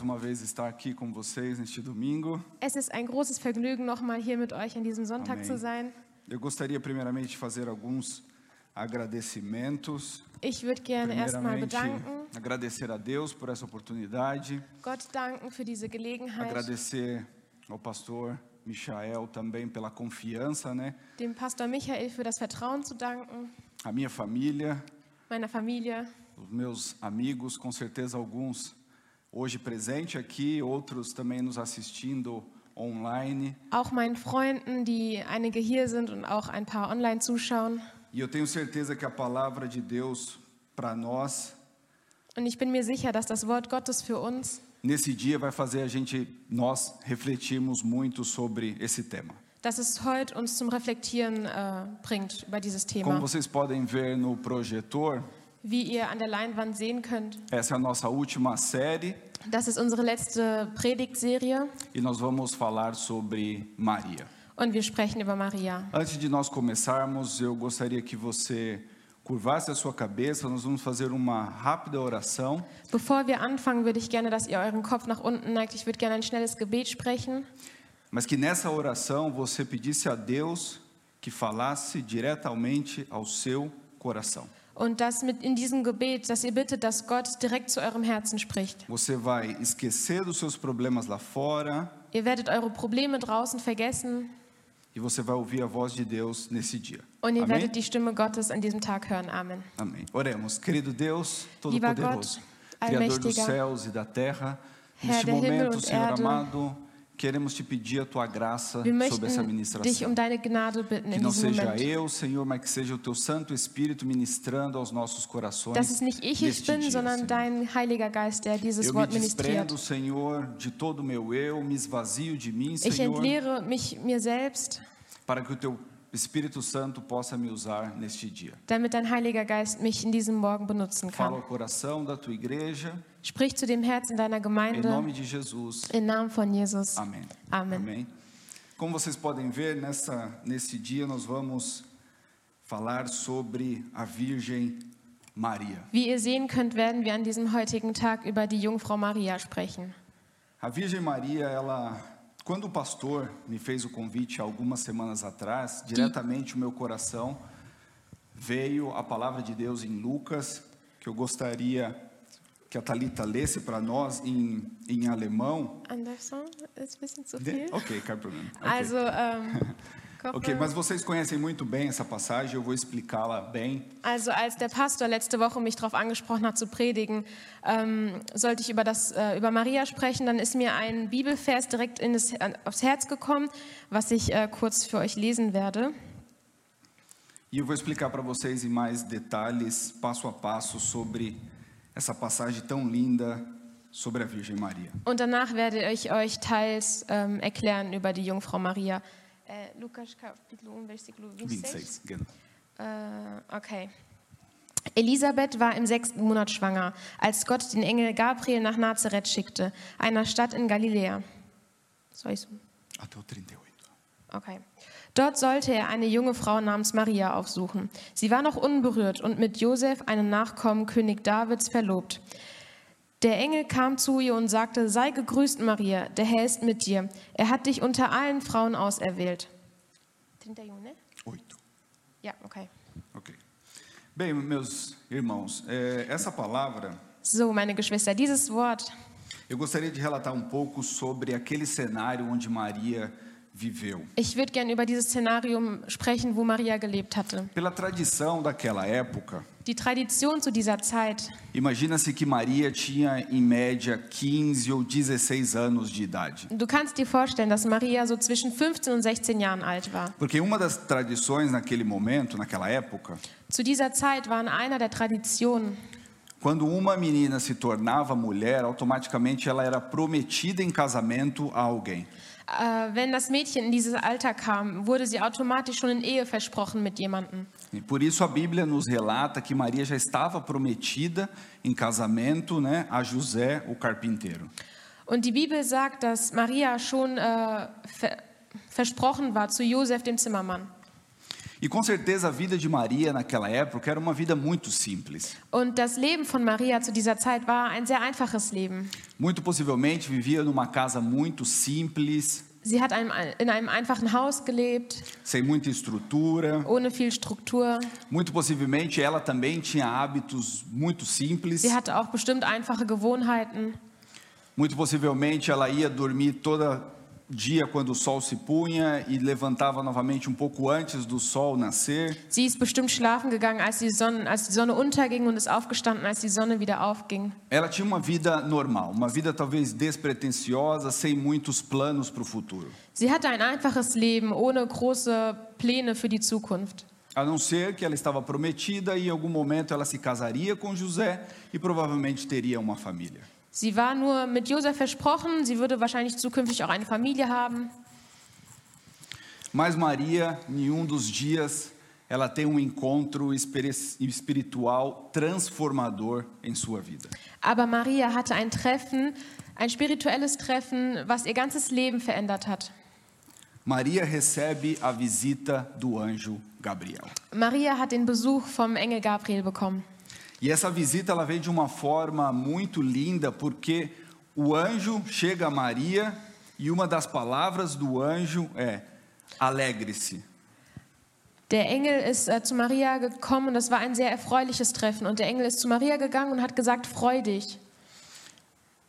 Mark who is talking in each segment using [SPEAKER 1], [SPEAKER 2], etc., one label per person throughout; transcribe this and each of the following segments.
[SPEAKER 1] É um feliz estar aqui com vocês neste domingo.
[SPEAKER 2] Es ist ein großes Vergnügen, nochmal hier mit euch an diesem Sonntag
[SPEAKER 1] Amen.
[SPEAKER 2] zu sein.
[SPEAKER 1] Eu gostaria primeiramente de fazer alguns agradecimentos.
[SPEAKER 2] Ich würde gerne erstmal
[SPEAKER 1] Primeiramente,
[SPEAKER 2] bedanken,
[SPEAKER 1] agradecer a Deus por essa oportunidade,
[SPEAKER 2] Gott danken für diese Gelegenheit,
[SPEAKER 1] agradecer ao pastor Michael também pela confiança, né?
[SPEAKER 2] dem Pastor Michael für das Vertrauen zu danken,
[SPEAKER 1] A minha família,
[SPEAKER 2] meiner Familie,
[SPEAKER 1] os meus amigos, com certeza alguns hoje presente aqui, outros também nos assistindo online.
[SPEAKER 2] auch meinen Freunden, die einige hier sind und auch ein paar online zuschauen.
[SPEAKER 1] E eu tenho certeza que a palavra de Deus para nós
[SPEAKER 2] Und ich bin mir sicher, dass das Wort Gottes für uns
[SPEAKER 1] nesse dia vai fazer a gente nós refletirmos muito sobre esse tema.
[SPEAKER 2] dass es heute uns zum Reflektieren äh, bringt über dieses
[SPEAKER 1] Como
[SPEAKER 2] Thema.
[SPEAKER 1] vocês podem ver no projetor,
[SPEAKER 2] Wie ihr an der Leinwand sehen könnt,
[SPEAKER 1] essa é a nossa última série
[SPEAKER 2] das ist unsere letzte Predigtserie
[SPEAKER 1] e nós vamos falar sobre Maria.
[SPEAKER 2] und wir sprechen über Maria.
[SPEAKER 1] Antes de nós começarmos, eu gostaria que você curvasse a sua cabeça, nós vamos fazer uma rápida oração
[SPEAKER 2] Bevor wir anfangen, würde ich gerne, dass ihr euren Kopf nach unten neigt. Ich würde gerne ein schnelles Gebet sprechen,
[SPEAKER 1] Mas que nessa oração você pedisse a Deus que falasse diretamente ao seu coração.
[SPEAKER 2] Und dass mit in diesem Gebet, dass ihr bittet, dass Gott direkt zu eurem Herzen spricht.
[SPEAKER 1] Você vai esquecer dos seus problemas lá fora
[SPEAKER 2] Ihr werdet eure Probleme draußen vergessen
[SPEAKER 1] e você vai ouvir a voz de Deus nesse dia.
[SPEAKER 2] und ihr
[SPEAKER 1] Amém?
[SPEAKER 2] werdet die Stimme Gottes an diesem Tag hören. Amen.
[SPEAKER 1] Amém. Oremos. Querido Deus
[SPEAKER 2] Viva
[SPEAKER 1] Todo-Poderoso,
[SPEAKER 2] God,
[SPEAKER 1] Criador dos
[SPEAKER 2] Allmächtiger,
[SPEAKER 1] céus e da terra,
[SPEAKER 2] Herr
[SPEAKER 1] neste
[SPEAKER 2] der Himmel
[SPEAKER 1] momento,
[SPEAKER 2] und
[SPEAKER 1] Senhor
[SPEAKER 2] Erde,
[SPEAKER 1] amado, queremos te pedir a tua graça
[SPEAKER 2] Wir
[SPEAKER 1] sobre essa
[SPEAKER 2] möchten dich
[SPEAKER 1] ministração.
[SPEAKER 2] um deine Gnade bitten
[SPEAKER 1] Que
[SPEAKER 2] in
[SPEAKER 1] não
[SPEAKER 2] diesem
[SPEAKER 1] seja
[SPEAKER 2] Moment.
[SPEAKER 1] eu, Senhor, mas que seja o teu Santo Espírito ministrando aos nossos corações.
[SPEAKER 2] Dass es nicht ich
[SPEAKER 1] neste
[SPEAKER 2] ich bin,
[SPEAKER 1] dia,
[SPEAKER 2] sondern
[SPEAKER 1] Senhor.
[SPEAKER 2] dein Heiliger Geist, der dieses
[SPEAKER 1] Eu me
[SPEAKER 2] Wort
[SPEAKER 1] desprendo,
[SPEAKER 2] ministriert.
[SPEAKER 1] Senhor, de todo o meu eu, me esvazio de mim,
[SPEAKER 2] Ich
[SPEAKER 1] Senhor,
[SPEAKER 2] entleere mich mir selbst,
[SPEAKER 1] para que o teu Espírito Santo possa me usar neste dia.
[SPEAKER 2] damit dein Heiliger Geist mich in diesem Morgen benutzen
[SPEAKER 1] Fala
[SPEAKER 2] kann.
[SPEAKER 1] ao coração da tua igreja,
[SPEAKER 2] Sprich zu dem Herzen deiner
[SPEAKER 1] em
[SPEAKER 2] Gemeinde
[SPEAKER 1] nome de Jesus.
[SPEAKER 2] im Namen von Jesus.
[SPEAKER 1] Amém.
[SPEAKER 2] Então, Amém.
[SPEAKER 1] Como vocês podem ver, nessa, nesse dia nós vamos falar sobre a Virgem Maria.
[SPEAKER 2] Wie ihr sehen könnt, werden wir an diesem heutigen Tag über die Jungfrau Maria sprechen.
[SPEAKER 1] A Virgem Maria, ela. Quando o pastor me fez o convite há algumas semanas atrás, diretamente o meu coração veio a palavra de Deus em Lucas, que eu gostaria que a Thalita lesse para nós em, em alemão.
[SPEAKER 2] Anderson, ist ein bisschen zu
[SPEAKER 1] De-
[SPEAKER 2] viel.
[SPEAKER 1] Ok, kein problema. Ok.
[SPEAKER 2] Also, ähm,
[SPEAKER 1] ok,
[SPEAKER 2] Koffer.
[SPEAKER 1] mas vocês conhecem muito bem essa passagem, eu vou explicá-la bem.
[SPEAKER 2] also als der Pastor letzte Woche mich darauf angesprochen hat zu predigen, ähm, sollte ich über, das, äh, über Maria sprechen, dann ist mir ein Bibelvers direkt in das, an, aufs Herz gekommen, was ich äh, kurz für euch lesen werde.
[SPEAKER 1] E eu vou explicar para vocês em mais detalhes, passo a passo, sobre essa passagem tão linda sobre a Virgem Maria.
[SPEAKER 2] Und danach werde ich euch teils ähm, erklären über die Jungfrau Maria. Äh, Lukas Kapitel 1, Versículo 26.
[SPEAKER 1] 26, genau.
[SPEAKER 2] Äh, okay. Elisabeth war im sechsten Monat schwanger, als Gott den Engel Gabriel nach Nazareth schickte, einer Stadt in Galiläa. Soll ich so?
[SPEAKER 1] Até o 38.
[SPEAKER 2] Okay. Dort sollte er eine junge Frau namens Maria aufsuchen. Sie war noch unberührt und mit Josef, einem Nachkommen König Davids, verlobt. Der Engel kam zu ihr und sagte, sei gegrüßt, Maria, der Herr ist mit dir. Er hat dich unter allen Frauen auserwählt. 3. Juni?
[SPEAKER 1] 8.
[SPEAKER 2] Ja, okay.
[SPEAKER 1] Ok. Bem, meus irmãos, eh, essa palavra,
[SPEAKER 2] So, meine Geschwister, dieses Wort
[SPEAKER 1] eu gostaria de relatar um pouco sobre aquele cenário onde Maria viveu.
[SPEAKER 2] Ich würde gerne über dieses Szenario sprechen, wo Maria gelebt hatte.
[SPEAKER 1] Pela tradição daquela época,
[SPEAKER 2] Die Tradition zu dieser Zeit,
[SPEAKER 1] imagina-se que Maria tinha em média 15 ou 16 anos de idade.
[SPEAKER 2] du kannst dir vorstellen, dass Maria so zwischen 15 und 16 Jahren alt war.
[SPEAKER 1] Porque uma das tradições naquele momento, naquela época,
[SPEAKER 2] Zu dieser Zeit waren einer der Traditionen,
[SPEAKER 1] quando uma menina se tornava mulher, automaticamente ela era prometida em casamento a alguém.
[SPEAKER 2] äh, wenn das Mädchen in dieses Alter kam, wurde sie automatisch schon in Ehe versprochen mit jemandem.
[SPEAKER 1] E por isso a Bíblia nos relata que Maria já estava prometida em casamento né, a José, o carpinteiro.
[SPEAKER 2] Und die Bibel sagt, dass Maria schon äh, ver versprochen war zu Josef, dem Zimmermann.
[SPEAKER 1] E com certeza a vida de Maria naquela época era uma vida muito simples.
[SPEAKER 2] Und das Leben von Maria zu dieser Zeit war ein sehr einfaches Leben.
[SPEAKER 1] Muito possivelmente vivia numa casa muito simples,
[SPEAKER 2] Sie hat einem, in einem einfachen Haus gelebt,
[SPEAKER 1] sem muita estrutura.
[SPEAKER 2] ohne viel Struktur.
[SPEAKER 1] Muito possivelmente ela também tinha hábitos muito simples.
[SPEAKER 2] Sie hatte auch bestimmt einfache Gewohnheiten.
[SPEAKER 1] Muito possivelmente ela ia dormir todo dia quando o sol se punha e levantava novamente um pouco antes do sol nascer.
[SPEAKER 2] Sie ist bestimmt schlafen gegangen, als die Sonne, als die Sonne unterging und ist aufgestanden, als die Sonne wieder aufging.
[SPEAKER 1] Ela tinha uma vida normal, uma vida talvez despretensiosa, sem muitos planos para o futuro.
[SPEAKER 2] Sie hatte ein einfaches Leben ohne große Pläne für die Zukunft.
[SPEAKER 1] A não ser que ela estava prometida e em algum momento ela se casaria com José e provavelmente teria uma família.
[SPEAKER 2] Sie war nur mit Josef versprochen, sie würde wahrscheinlich zukünftig auch eine Familie haben.
[SPEAKER 1] Mas Maria, em um dos dias, ela tem um encontro espiri- espiritual transformador em sua vida.
[SPEAKER 2] Aber Maria hatte ein Treffen, ein spirituelles Treffen, was ihr ganzes Leben verändert hat.
[SPEAKER 1] Maria recebe a visita do anjo Gabriel.
[SPEAKER 2] Maria hat den Besuch vom Engel Gabriel bekommen.
[SPEAKER 1] E essa visita ela vem de uma forma muito linda, porque o anjo chega a Maria e uma das palavras do anjo é: alegre-se.
[SPEAKER 2] Der Engel ist äh, zu Maria gekommen und das war ein sehr erfreuliches Treffen. Und der Engel ist zu Maria gegangen und hat gesagt, freu dich.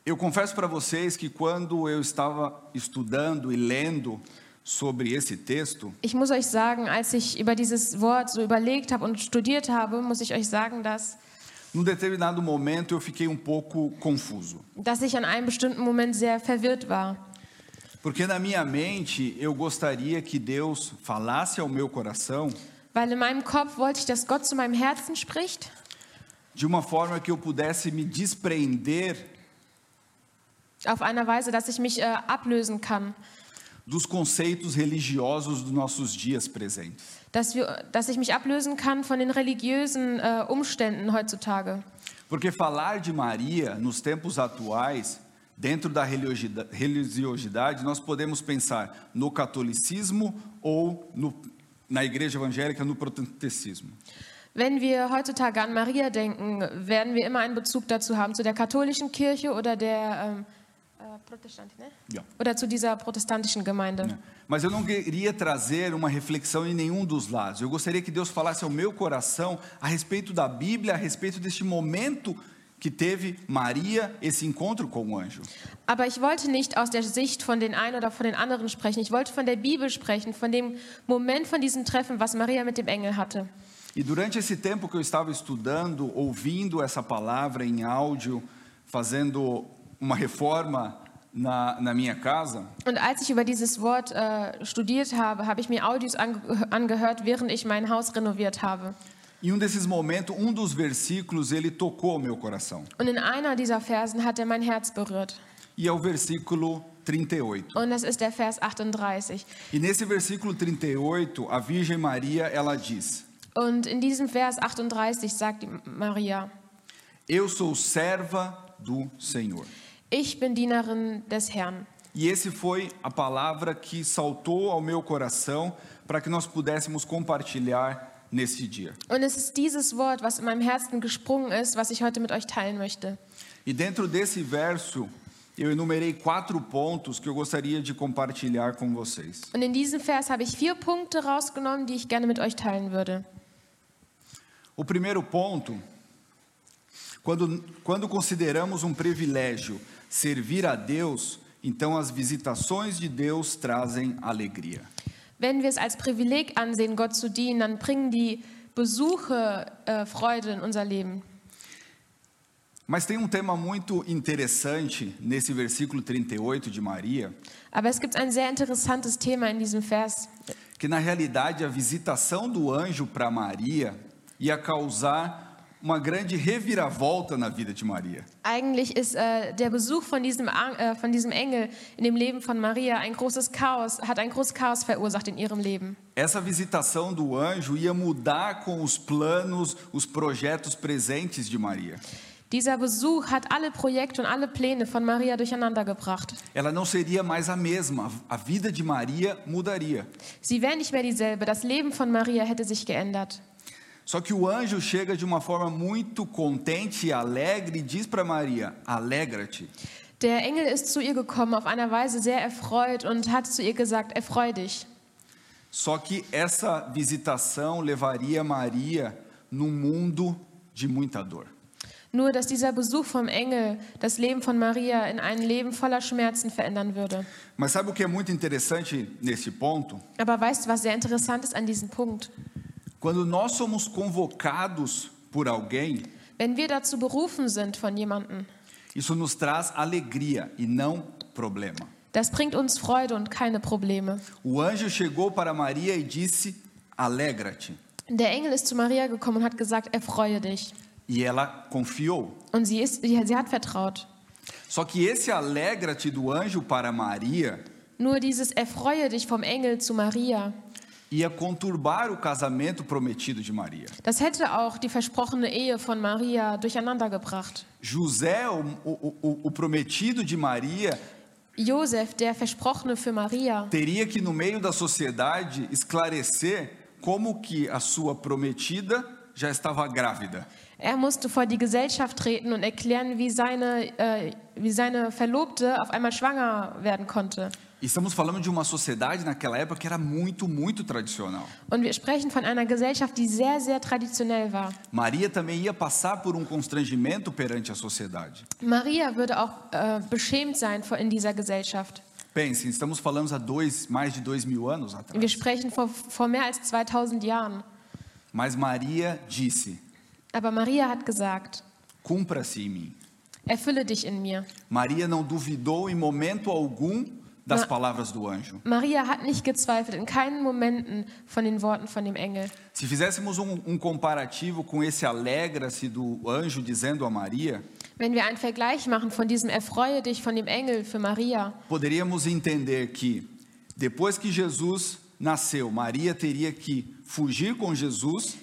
[SPEAKER 1] Eu confesso para vocês que quando eu estava estudando e lendo sobre esse texto,
[SPEAKER 2] Ich muss euch sagen, als ich über dieses Wort so überlegt habe und studiert habe, muss ich euch sagen, dass,
[SPEAKER 1] num determinado momento eu fiquei um pouco confuso.
[SPEAKER 2] dass ich an einem bestimmten Moment sehr verwirrt war.
[SPEAKER 1] Porque na minha mente eu gostaria que Deus falasse ao meu coração
[SPEAKER 2] Weil in meinem Kopf wollte ich, dass Gott zu meinem Herzen spricht,
[SPEAKER 1] de uma forma que eu pudesse me desprender
[SPEAKER 2] auf einer Weise, dass ich mich äh, ablösen kann,
[SPEAKER 1] dos conceitos religiosos dos nossos dias presentes.
[SPEAKER 2] dass, wir, dass ich mich ablösen kann von den religiösen äh, Umständen heutzutage.
[SPEAKER 1] Porque falar de Maria nos tempos atuais, dentro da religiosida- religiosidade, nós podemos pensar no catolicismo ou no- na igreja evangélica, no protestantismo.
[SPEAKER 2] Wenn wir heutzutage an Maria denken, werden wir immer einen Bezug dazu haben, zu der katholischen Kirche oder der ähm, äh, Protestant, ne?
[SPEAKER 1] Ja.
[SPEAKER 2] oder zu dieser protestantischen Gemeinde.
[SPEAKER 1] né? Mas eu não queria trazer uma reflexão em nenhum dos lados. Eu gostaria que Deus falasse ao meu coração a respeito da Bíblia, a respeito deste momento que teve Maria esse encontro com o anjo.
[SPEAKER 2] Aber ich wollte nicht aus der Sicht von den einen oder von den anderen sprechen. Ich wollte von der Bibel sprechen, von dem Moment von diesem Treffen, was Maria mit dem Engel hatte.
[SPEAKER 1] E durante esse tempo que eu estava estudando, ouvindo essa palavra em áudio, fazendo uma reforma na, na minha casa,
[SPEAKER 2] Und als ich über dieses Wort äh, studiert habe, habe ich mir Audios ange angehört, während ich mein Haus renoviert habe.
[SPEAKER 1] em um desses momentos, um dos versículos, ele tocou o meu coração.
[SPEAKER 2] Und in einer dieser Versen hat er mein Herz berührt.
[SPEAKER 1] E é o versículo 38.
[SPEAKER 2] Und das ist der Vers 38.
[SPEAKER 1] E nesse versículo 38, a Virgem Maria, ela diz:
[SPEAKER 2] Und in diesem Vers 38 sagt die Maria,
[SPEAKER 1] Eu sou serva do Senhor.
[SPEAKER 2] ich bin Dienerin des Herrn.
[SPEAKER 1] E esse foi a palavra que saltou ao meu coração para que nós pudéssemos compartilhar nesse dia.
[SPEAKER 2] Und es ist dieses Wort, was in meinem Herzen gesprungen ist, was ich heute mit euch teilen möchte.
[SPEAKER 1] E dentro desse verso, eu enumerei quatro pontos que eu gostaria de compartilhar com vocês.
[SPEAKER 2] Und in diesem Vers habe ich vier Punkte rausgenommen, die ich gerne mit euch teilen würde.
[SPEAKER 1] O primeiro ponto, quando, quando consideramos um privilégio servir a Deus, então as visitações de Deus trazem alegria.
[SPEAKER 2] Wenn wir es als Privileg ansehen, Gott zu dienen, dann bringen die Besuche äh, Freude in unser Leben.
[SPEAKER 1] Mas tem um tema muito interessante nesse versículo 38 de Maria,
[SPEAKER 2] Aber es gibt ein sehr interessantes Thema in diesem Vers.
[SPEAKER 1] que na realidade a visitação do anjo para Maria ia causar uma grande reviravolta na vida de Maria.
[SPEAKER 2] Eigentlich ist äh, der Besuch von diesem, An- äh, von diesem Engel in dem Leben von Maria ein großes Chaos, hat ein großes Chaos verursacht in ihrem Leben.
[SPEAKER 1] Essa visitação do anjo ia mudar com os planos, os projetos presentes de Maria.
[SPEAKER 2] Dieser Besuch hat alle Projekte und alle Pläne von Maria durcheinander gebracht.
[SPEAKER 1] Ela não seria mais a mesma, a vida de Maria mudaria.
[SPEAKER 2] Sie wäre nicht mehr dieselbe. Das Leben von Maria hätte sich geändert.
[SPEAKER 1] Só que o anjo chega de uma forma muito contente e alegre e diz para Maria: Alegra-te.
[SPEAKER 2] Der Engel ist zu ihr gekommen, auf einer Weise sehr erfreut und hat zu ihr gesagt, erfreu dich.
[SPEAKER 1] Só que essa visitação levaria Maria num mundo de muita dor.
[SPEAKER 2] Nur, dass dieser Besuch vom Engel das Leben von Maria in ein Leben voller Schmerzen verändern würde.
[SPEAKER 1] Mas sabe o que é muito interessante nesse ponto?
[SPEAKER 2] Aber weißt du, was sehr interessant ist an diesem Punkt?
[SPEAKER 1] Quando nós somos convocados por alguém,
[SPEAKER 2] Wenn wir dazu berufen sind von jemandem,
[SPEAKER 1] isso nos traz alegria e não problema.
[SPEAKER 2] das bringt uns Freude und keine Probleme.
[SPEAKER 1] O anjo chegou para Maria e disse: Alegra-te.
[SPEAKER 2] Der Engel ist zu Maria gekommen und hat gesagt, erfreue dich.
[SPEAKER 1] E ela confiou.
[SPEAKER 2] Und sie, ist, sie sie hat vertraut.
[SPEAKER 1] Só que esse alegra-te do anjo para Maria
[SPEAKER 2] Nur dieses Erfreue dich vom Engel zu Maria,
[SPEAKER 1] ia conturbar o casamento prometido de Maria.
[SPEAKER 2] das hätte auch die versprochene Ehe von Maria durcheinander gebracht.
[SPEAKER 1] José, o, o- o- o prometido de Maria,
[SPEAKER 2] Josef, der Versprochene für Maria,
[SPEAKER 1] teria que, no meio da sociedade, esclarecer como que a sua prometida já estava grávida.
[SPEAKER 2] er musste vor die Gesellschaft treten und erklären, wie seine, äh, wie seine Verlobte auf einmal schwanger werden konnte.
[SPEAKER 1] E estamos falando de uma sociedade naquela época que era muito, muito tradicional.
[SPEAKER 2] Und wir sprechen von einer Gesellschaft, die sehr, sehr traditionell war.
[SPEAKER 1] Maria também ia passar por um constrangimento perante a sociedade.
[SPEAKER 2] Maria würde auch äh, beschämt sein vor- in dieser Gesellschaft.
[SPEAKER 1] Pensem, estamos falando há dois, mais de dois mil anos atrás.
[SPEAKER 2] Wir sprechen vor, vor mehr als 2000 Jahren.
[SPEAKER 1] Mas Maria disse:
[SPEAKER 2] Aber Maria hat gesagt,
[SPEAKER 1] Cumpra-se em mim.
[SPEAKER 2] erfülle dich in mir.
[SPEAKER 1] Maria não duvidou em momento algum das
[SPEAKER 2] Ma-
[SPEAKER 1] palavras do anjo.
[SPEAKER 2] Maria hat nicht gezweifelt, in keinen Momenten von den Worten von dem Engel.
[SPEAKER 1] Se fizéssemos um, um comparativo com esse alegra-se do anjo dizendo a Maria,
[SPEAKER 2] Wenn wir einen Vergleich machen von diesem Erfreue dich von dem Engel für Maria,
[SPEAKER 1] poderíamos entender que depois que Jesus nasceu, Maria teria que fugir com Jesus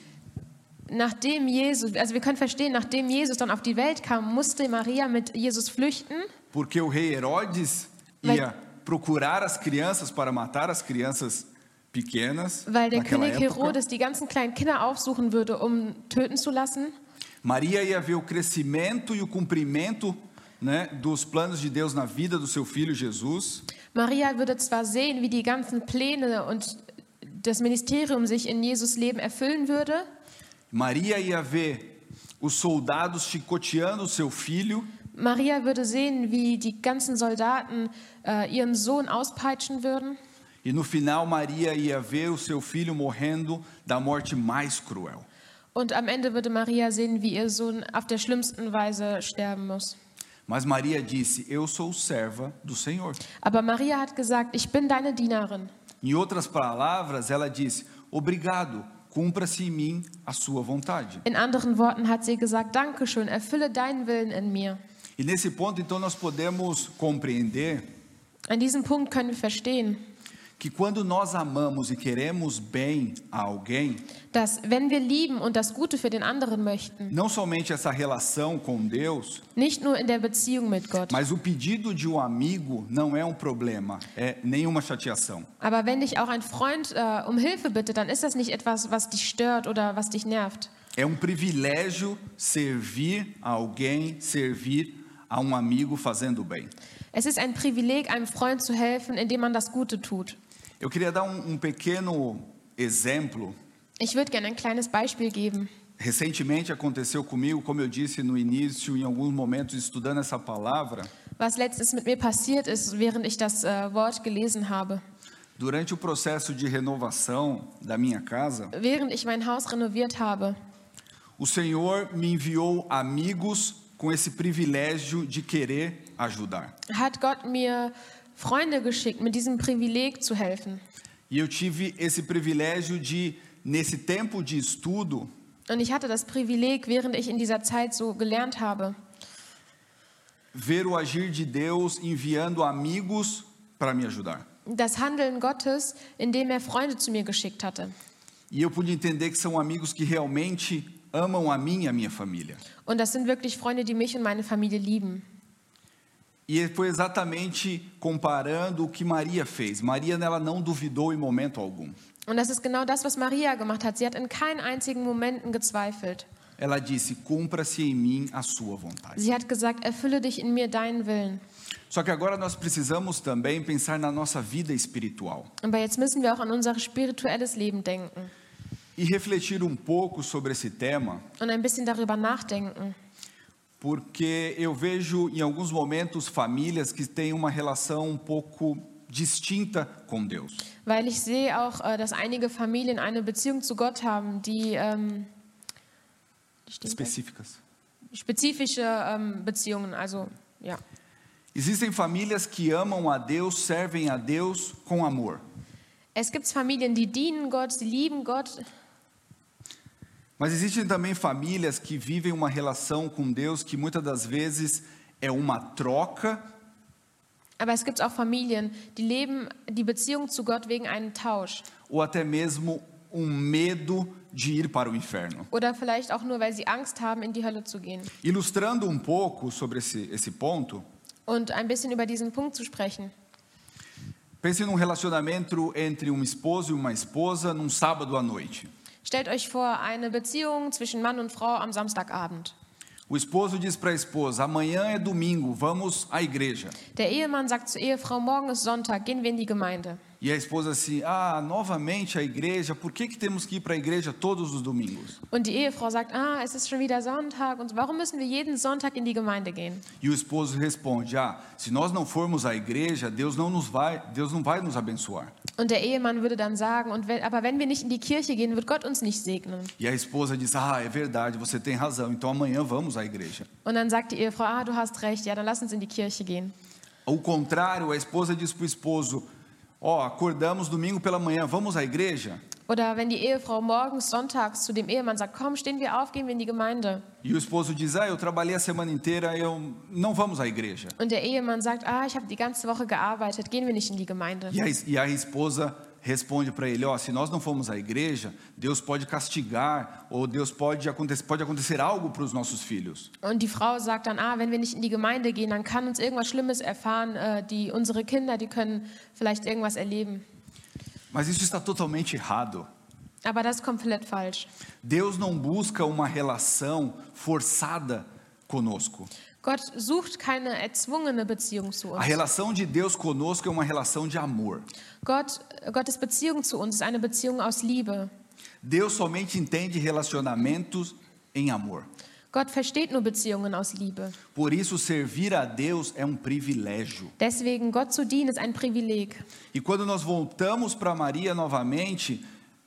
[SPEAKER 2] nachdem Jesus, also wir können verstehen, nachdem Jesus dann auf die Welt kam, musste Maria mit Jesus flüchten,
[SPEAKER 1] Porque o rei Herodes
[SPEAKER 2] Vai-
[SPEAKER 1] ia procurar as crianças para matar as crianças pequenas.
[SPEAKER 2] weil der
[SPEAKER 1] naquela
[SPEAKER 2] König
[SPEAKER 1] época.
[SPEAKER 2] Herodes die ganzen kleinen Kinder aufsuchen würde, um töten zu lassen.
[SPEAKER 1] Maria ia ver o crescimento e o cumprimento né, dos planos de Deus na vida do seu filho Jesus.
[SPEAKER 2] Maria würde zwar sehen, wie die ganzen Pläne und das Ministerium sich in Jesus Leben erfüllen würde.
[SPEAKER 1] Maria ia ver os soldados chicoteando o seu filho.
[SPEAKER 2] Maria würde sehen, wie die ganzen Soldaten äh, ihren Sohn auspeitschen würden.
[SPEAKER 1] E no final, Maria ia ver o seu filho morrendo da morte mais cruel.
[SPEAKER 2] Und am Ende würde Maria sehen, wie ihr Sohn auf der schlimmsten Weise sterben muss.
[SPEAKER 1] Mas Maria disse: Eu sou serva do Senhor.
[SPEAKER 2] Aber Maria hat gesagt, ich bin deine Dienerin.
[SPEAKER 1] Em outras palavras, ela disse: Obrigado, cumpra-se em mim a sua vontade.
[SPEAKER 2] In anderen Worten hat sie gesagt, Dankeschön, erfülle deinen Willen in mir.
[SPEAKER 1] E nesse ponto, então, nós podemos compreender
[SPEAKER 2] An diesem Punkt können wir verstehen,
[SPEAKER 1] que quando nós amamos e queremos bem a alguém,
[SPEAKER 2] dass wenn wir lieben und das Gute für den anderen möchten,
[SPEAKER 1] não somente essa relação com Deus,
[SPEAKER 2] nicht nur in der Beziehung mit Gott,
[SPEAKER 1] mas o pedido de um amigo não é um problema, é nenhuma chateação.
[SPEAKER 2] aber wenn dich auch ein Freund äh, um Hilfe bittet, dann ist das nicht etwas, was dich stört oder was dich nervt.
[SPEAKER 1] É um privilégio servir a alguém, servir a um amigo fazendo bem.
[SPEAKER 2] Es ist ein Privileg, einem Freund zu helfen, indem man das Gute tut.
[SPEAKER 1] Eu queria dar um, um pequeno exemplo
[SPEAKER 2] Ich würde gerne ein kleines Beispiel geben.
[SPEAKER 1] Recentemente aconteceu comigo, como eu disse no início, em alguns momentos estudando essa palavra,
[SPEAKER 2] Was letztens mit mir passiert ist, während ich das äh, Wort gelesen habe.
[SPEAKER 1] durante o processo de renovação da minha casa,
[SPEAKER 2] Während ich mein Haus renoviert habe,
[SPEAKER 1] o Senhor me enviou amigos com esse privilégio de querer ajudar.
[SPEAKER 2] hat Gott mir Freunde geschickt, mit diesem Privileg zu helfen.
[SPEAKER 1] E eu tive esse privilégio de, nesse tempo de estudo,
[SPEAKER 2] Und ich hatte das Privileg, während ich in dieser Zeit so gelernt habe,
[SPEAKER 1] ver o agir de Deus enviando amigos para me ajudar.
[SPEAKER 2] das Handeln Gottes, indem er Freunde zu mir geschickt hatte.
[SPEAKER 1] E eu pude entender que são amigos que realmente amam a mim e a minha família.
[SPEAKER 2] Und das sind wirklich Freunde, die mich und meine Familie lieben.
[SPEAKER 1] E foi exatamente comparando o que Maria fez. Maria ela não duvidou em momento algum.
[SPEAKER 2] Und das ist genau das, was Maria gemacht hat. Sie hat in keinen einzigen Momenten gezweifelt.
[SPEAKER 1] Ela disse: "Cumpra-se em mim a sua vontade".
[SPEAKER 2] Sie hat gesagt, erfülle dich in mir deinen Willen.
[SPEAKER 1] Só que agora nós precisamos também pensar na nossa vida espiritual
[SPEAKER 2] Aber jetzt müssen wir auch an unser spirituelles Leben denken
[SPEAKER 1] e refletir um pouco sobre esse tema,
[SPEAKER 2] und ein bisschen darüber nachdenken.
[SPEAKER 1] porque eu vejo em alguns momentos famílias que têm uma relação um pouco distinta com Deus.
[SPEAKER 2] Weil ich sehe auch, äh, dass einige Familien eine Beziehung zu Gott haben, die ähm, die steht da?
[SPEAKER 1] específicas.
[SPEAKER 2] spezifische ähm, Beziehungen, also ja.
[SPEAKER 1] Existem famílias que amam a Deus, servem a Deus com amor.
[SPEAKER 2] Es gibt Familien, die dienen Gott, sie lieben Gott,
[SPEAKER 1] Mas existem também famílias que vivem uma relação com Deus que muitas das vezes é uma troca
[SPEAKER 2] aber es gibt auch Familien, die leben die Beziehung zu Gott wegen einem Tausch
[SPEAKER 1] ou até mesmo um medo de ir para o inferno.
[SPEAKER 2] oder vielleicht auch nur, weil sie Angst haben, in die Hölle zu gehen.
[SPEAKER 1] Ilustrando um pouco sobre esse, esse ponto,
[SPEAKER 2] Und ein bisschen über diesen Punkt zu sprechen.
[SPEAKER 1] pense num relacionamento entre um esposo e uma esposa num sábado à noite.
[SPEAKER 2] Stellt euch vor, eine Beziehung zwischen Mann und Frau am Samstagabend.
[SPEAKER 1] O esposo diz para a esposa: amanhã é domingo, vamos à igreja.
[SPEAKER 2] Der Ehemann sagt zur Ehefrau, morgen ist Sonntag, gehen wir in die Gemeinde.
[SPEAKER 1] E a esposa assim: ah, novamente a igreja, por que, que temos que ir para a igreja todos os domingos?
[SPEAKER 2] Und die Ehefrau sagt, ah, es ist schon wieder Sonntag und warum müssen wir jeden Sonntag in die Gemeinde gehen?
[SPEAKER 1] E o esposo responde: Ah, se nós não formos à igreja, Deus não nos vai, Deus não vai nos abençoar.
[SPEAKER 2] Und der Ehemann würde dann sagen, und wenn, aber wenn wir nicht in die Kirche gehen, wird Gott uns nicht segnen.
[SPEAKER 1] E a esposa diz: Ah, é verdade, você tem razão. Então amanhã vamos à igreja.
[SPEAKER 2] Und dann sagt die Ehefrau, ah, du hast recht, ja, dann lass uns in die Kirche gehen.
[SPEAKER 1] Ao contrário, a esposa diz para o esposo: Ó, acordamos domingo pela manhã, vamos à igreja.
[SPEAKER 2] Oder wenn die Ehefrau morgens, sonntags zu dem Ehemann sagt, komm, stehen wir auf, gehen wir in die Gemeinde.
[SPEAKER 1] E o esposo diz: Ah, eu trabalhei a semana inteira, eu não vamos à igreja.
[SPEAKER 2] Und der Ehemann sagt, ah, ich habe die ganze Woche gearbeitet, gehen wir nicht in die Gemeinde.
[SPEAKER 1] E a, es- e a esposa responde para ele: Ó, se nós não formos à igreja, Deus pode castigar ou Deus pode acontecer, pode acontecer algo para os nossos filhos.
[SPEAKER 2] Und die Frau sagt dann, ah, wenn wir nicht in die Gemeinde gehen, dann kann uns irgendwas Schlimmes erfahren. Äh, die, unsere Kinder, die können vielleicht irgendwas erleben.
[SPEAKER 1] Mas isso está totalmente errado.
[SPEAKER 2] Aber das ist komplett falsch.
[SPEAKER 1] Deus não busca uma relação forçada conosco.
[SPEAKER 2] Gott sucht keine erzwungene Beziehung zu
[SPEAKER 1] A
[SPEAKER 2] uns.
[SPEAKER 1] relação de Deus conosco é uma relação de amor.
[SPEAKER 2] Gott, Gottes Beziehung zu uns ist eine Beziehung aus Liebe.
[SPEAKER 1] Deus somente entende relacionamentos em amor.
[SPEAKER 2] Gott versteht nur Beziehungen aus Liebe.
[SPEAKER 1] Por isso, servir a Deus é um privilégio.
[SPEAKER 2] Deswegen, Gott zu dienen, ist ein Privileg.
[SPEAKER 1] E quando nós voltamos para Maria novamente,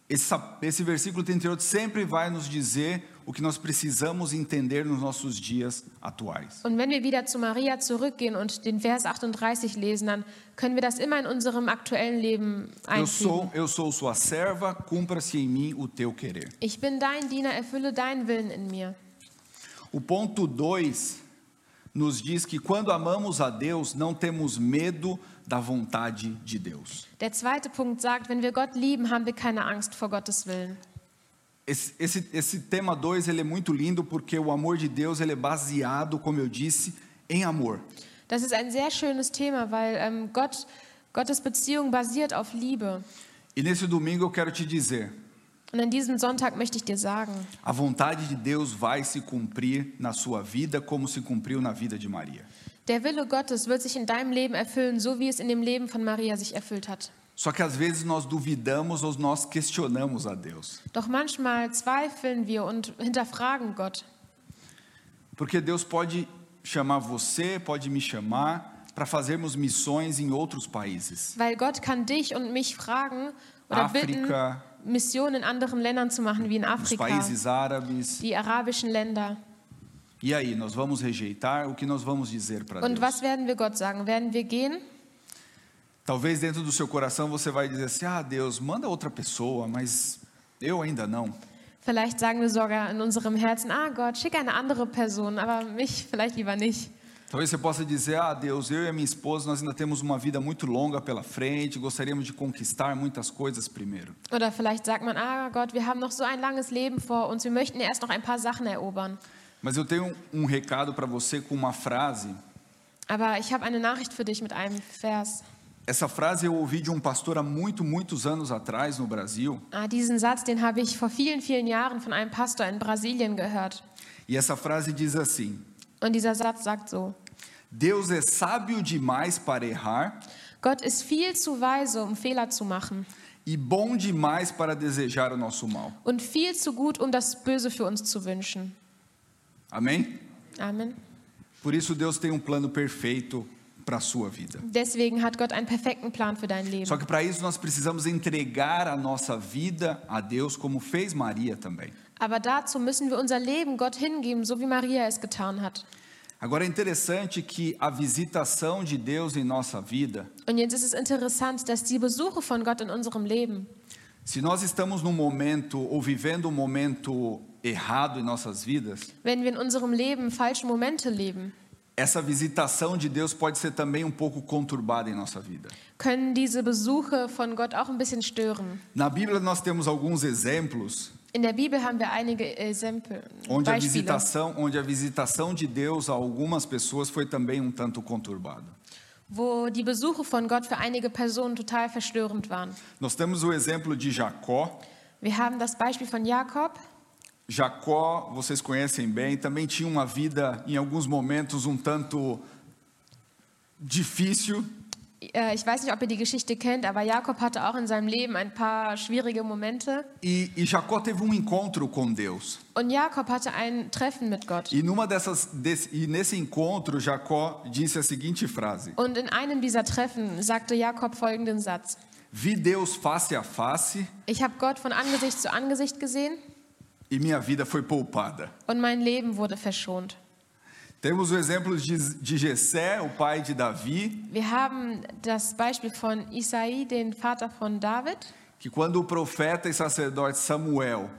[SPEAKER 1] essa- esse versículo 38 sempre vai nos dizer o que nós precisamos entender nos nossos dias atuais.
[SPEAKER 2] Und wenn wir wieder zu Maria zurückgehen und den Vers 38 lesen, dann können wir das immer in unserem aktuellen Leben
[SPEAKER 1] Eu
[SPEAKER 2] einfügen.
[SPEAKER 1] sou, eu sou sua serva, cumpra-se em mim o teu querer.
[SPEAKER 2] Ich bin dein Diener, erfülle deinen Willen in mir.
[SPEAKER 1] O ponto 2 nos diz que quando amamos a Deus, não temos medo da vontade de Deus.
[SPEAKER 2] Der zweite Punkt sagt, wenn wir Gott lieben, haben wir keine Angst vor Gottes Willen.
[SPEAKER 1] Esse, esse, esse tema 2 ele é muito lindo porque o amor de Deus ele é baseado, como eu disse, em amor.
[SPEAKER 2] Das ist ein sehr schönes Thema, weil ähm, Gott, Gottes Beziehung basiert auf Liebe.
[SPEAKER 1] E nesse domingo eu quero te dizer,
[SPEAKER 2] Und an diesem Sonntag möchte ich dir sagen,
[SPEAKER 1] a vontade de Deus vai se cumprir na sua vida como se cumpriu na vida de Maria.
[SPEAKER 2] der Wille Gottes wird sich in deinem Leben erfüllen, so wie es in dem Leben von Maria sich erfüllt hat.
[SPEAKER 1] Só que às vezes nós duvidamos ou nós questionamos a Deus,
[SPEAKER 2] Doch manchmal zweifeln wir und hinterfragen Gott,
[SPEAKER 1] porque Deus pode chamar você, pode me chamar para fazermos missões em outros países.
[SPEAKER 2] weil Gott kann dich und mich fragen oder
[SPEAKER 1] Afrika.
[SPEAKER 2] bitten, Missionen in anderen Ländern zu machen, wie in
[SPEAKER 1] os
[SPEAKER 2] Afrika,
[SPEAKER 1] países árabes.
[SPEAKER 2] die arabischen Länder.
[SPEAKER 1] E aí, nós vamos rejeitar? O que nós vamos dizer para
[SPEAKER 2] Und
[SPEAKER 1] Deus?
[SPEAKER 2] was werden wir Gott sagen? Werden wir gehen?
[SPEAKER 1] Talvez dentro do seu coração você vai dizer assim: ah, Deus, manda outra pessoa, mas eu ainda não.
[SPEAKER 2] Vielleicht sagen wir sogar in unserem Herzen, ah Gott, schick eine andere Person, aber mich vielleicht lieber nicht.
[SPEAKER 1] Talvez você possa dizer: Ah, Deus, eu e a minha esposa, nós ainda temos uma vida muito longa pela frente, gostaríamos de conquistar muitas coisas primeiro.
[SPEAKER 2] Oder vielleicht sagt man, ah Gott, wir haben noch so ein langes Leben vor uns, wir möchten erst noch ein paar Sachen erobern.
[SPEAKER 1] Mas eu tenho um recado para você com uma frase.
[SPEAKER 2] Aber ich habe eine Nachricht für dich mit einem Vers.
[SPEAKER 1] Essa frase eu ouvi de um pastor há muito, muitos anos atrás no Brasil.
[SPEAKER 2] Ah, diesen Satz, den habe ich vor vielen, vielen Jahren von einem Pastor in Brasilien gehört.
[SPEAKER 1] E essa frase diz assim:
[SPEAKER 2] Und dieser Satz sagt so,
[SPEAKER 1] Deus é sábio demais para errar
[SPEAKER 2] Gott ist viel zu weise, um Fehler zu machen
[SPEAKER 1] e bom demais para desejar o nosso mal.
[SPEAKER 2] und viel zu gut, um das Böse für uns zu wünschen.
[SPEAKER 1] Amém?
[SPEAKER 2] Amen.
[SPEAKER 1] Por isso Deus tem um plano perfeito para a sua vida.
[SPEAKER 2] Deswegen hat Gott einen perfekten Plan für dein
[SPEAKER 1] Só
[SPEAKER 2] Leben.
[SPEAKER 1] que para isso nós precisamos entregar a nossa vida a Deus, como fez Maria também.
[SPEAKER 2] Aber dazu müssen wir unser Leben Gott hingeben, so wie Maria es getan hat.
[SPEAKER 1] Agora é interessante que a visitação de Deus em nossa vida,
[SPEAKER 2] Und jetzt ist es interessant, dass die Besuche von Gott in unserem Leben,
[SPEAKER 1] se nós estamos num momento ou vivendo um momento errado em nossas vidas,
[SPEAKER 2] wenn wir in unserem Leben falsche Momente leben,
[SPEAKER 1] essa visitação de Deus pode ser também um pouco conturbada em nossa vida.
[SPEAKER 2] können diese Besuche von Gott auch ein bisschen stören.
[SPEAKER 1] Na Bíblia nós temos alguns exemplos
[SPEAKER 2] In der Bibel haben wir einige Exempel,
[SPEAKER 1] onde a
[SPEAKER 2] Beispiele,
[SPEAKER 1] visitação, onde a visitação de Deus a algumas pessoas foi também um tanto conturbada.
[SPEAKER 2] wo die Besuche von Gott für einige Personen total verstörend waren.
[SPEAKER 1] Nós temos o exemplo de Jacó.
[SPEAKER 2] Wir haben das Beispiel von Jakob.
[SPEAKER 1] Jacó, vocês conhecem bem, também tinha uma vida em alguns momentos um tanto difícil.
[SPEAKER 2] Äh, Ich weiß nicht, ob ihr die Geschichte kennt, aber Jakob hatte auch in seinem Leben ein paar schwierige Momente.
[SPEAKER 1] E, e Jacó teve um encontro com Deus.
[SPEAKER 2] Und Jakob hatte ein Treffen mit Gott.
[SPEAKER 1] E numa dessas desse, e nesse encontro Jacó disse a seguinte frase:
[SPEAKER 2] Und in einem dieser Treffen sagte Jakob folgenden Satz.
[SPEAKER 1] Vi Deus face a face
[SPEAKER 2] Ich habe Gott von Angesicht zu Angesicht gesehen
[SPEAKER 1] e minha vida foi poupada.
[SPEAKER 2] und mein Leben wurde verschont.
[SPEAKER 1] Temos o exemplo de, de Jessé, o pai de Davi,
[SPEAKER 2] Wir haben das Beispiel von Isai, den Vater von David.
[SPEAKER 1] que quando o profeta e sacerdote Samuel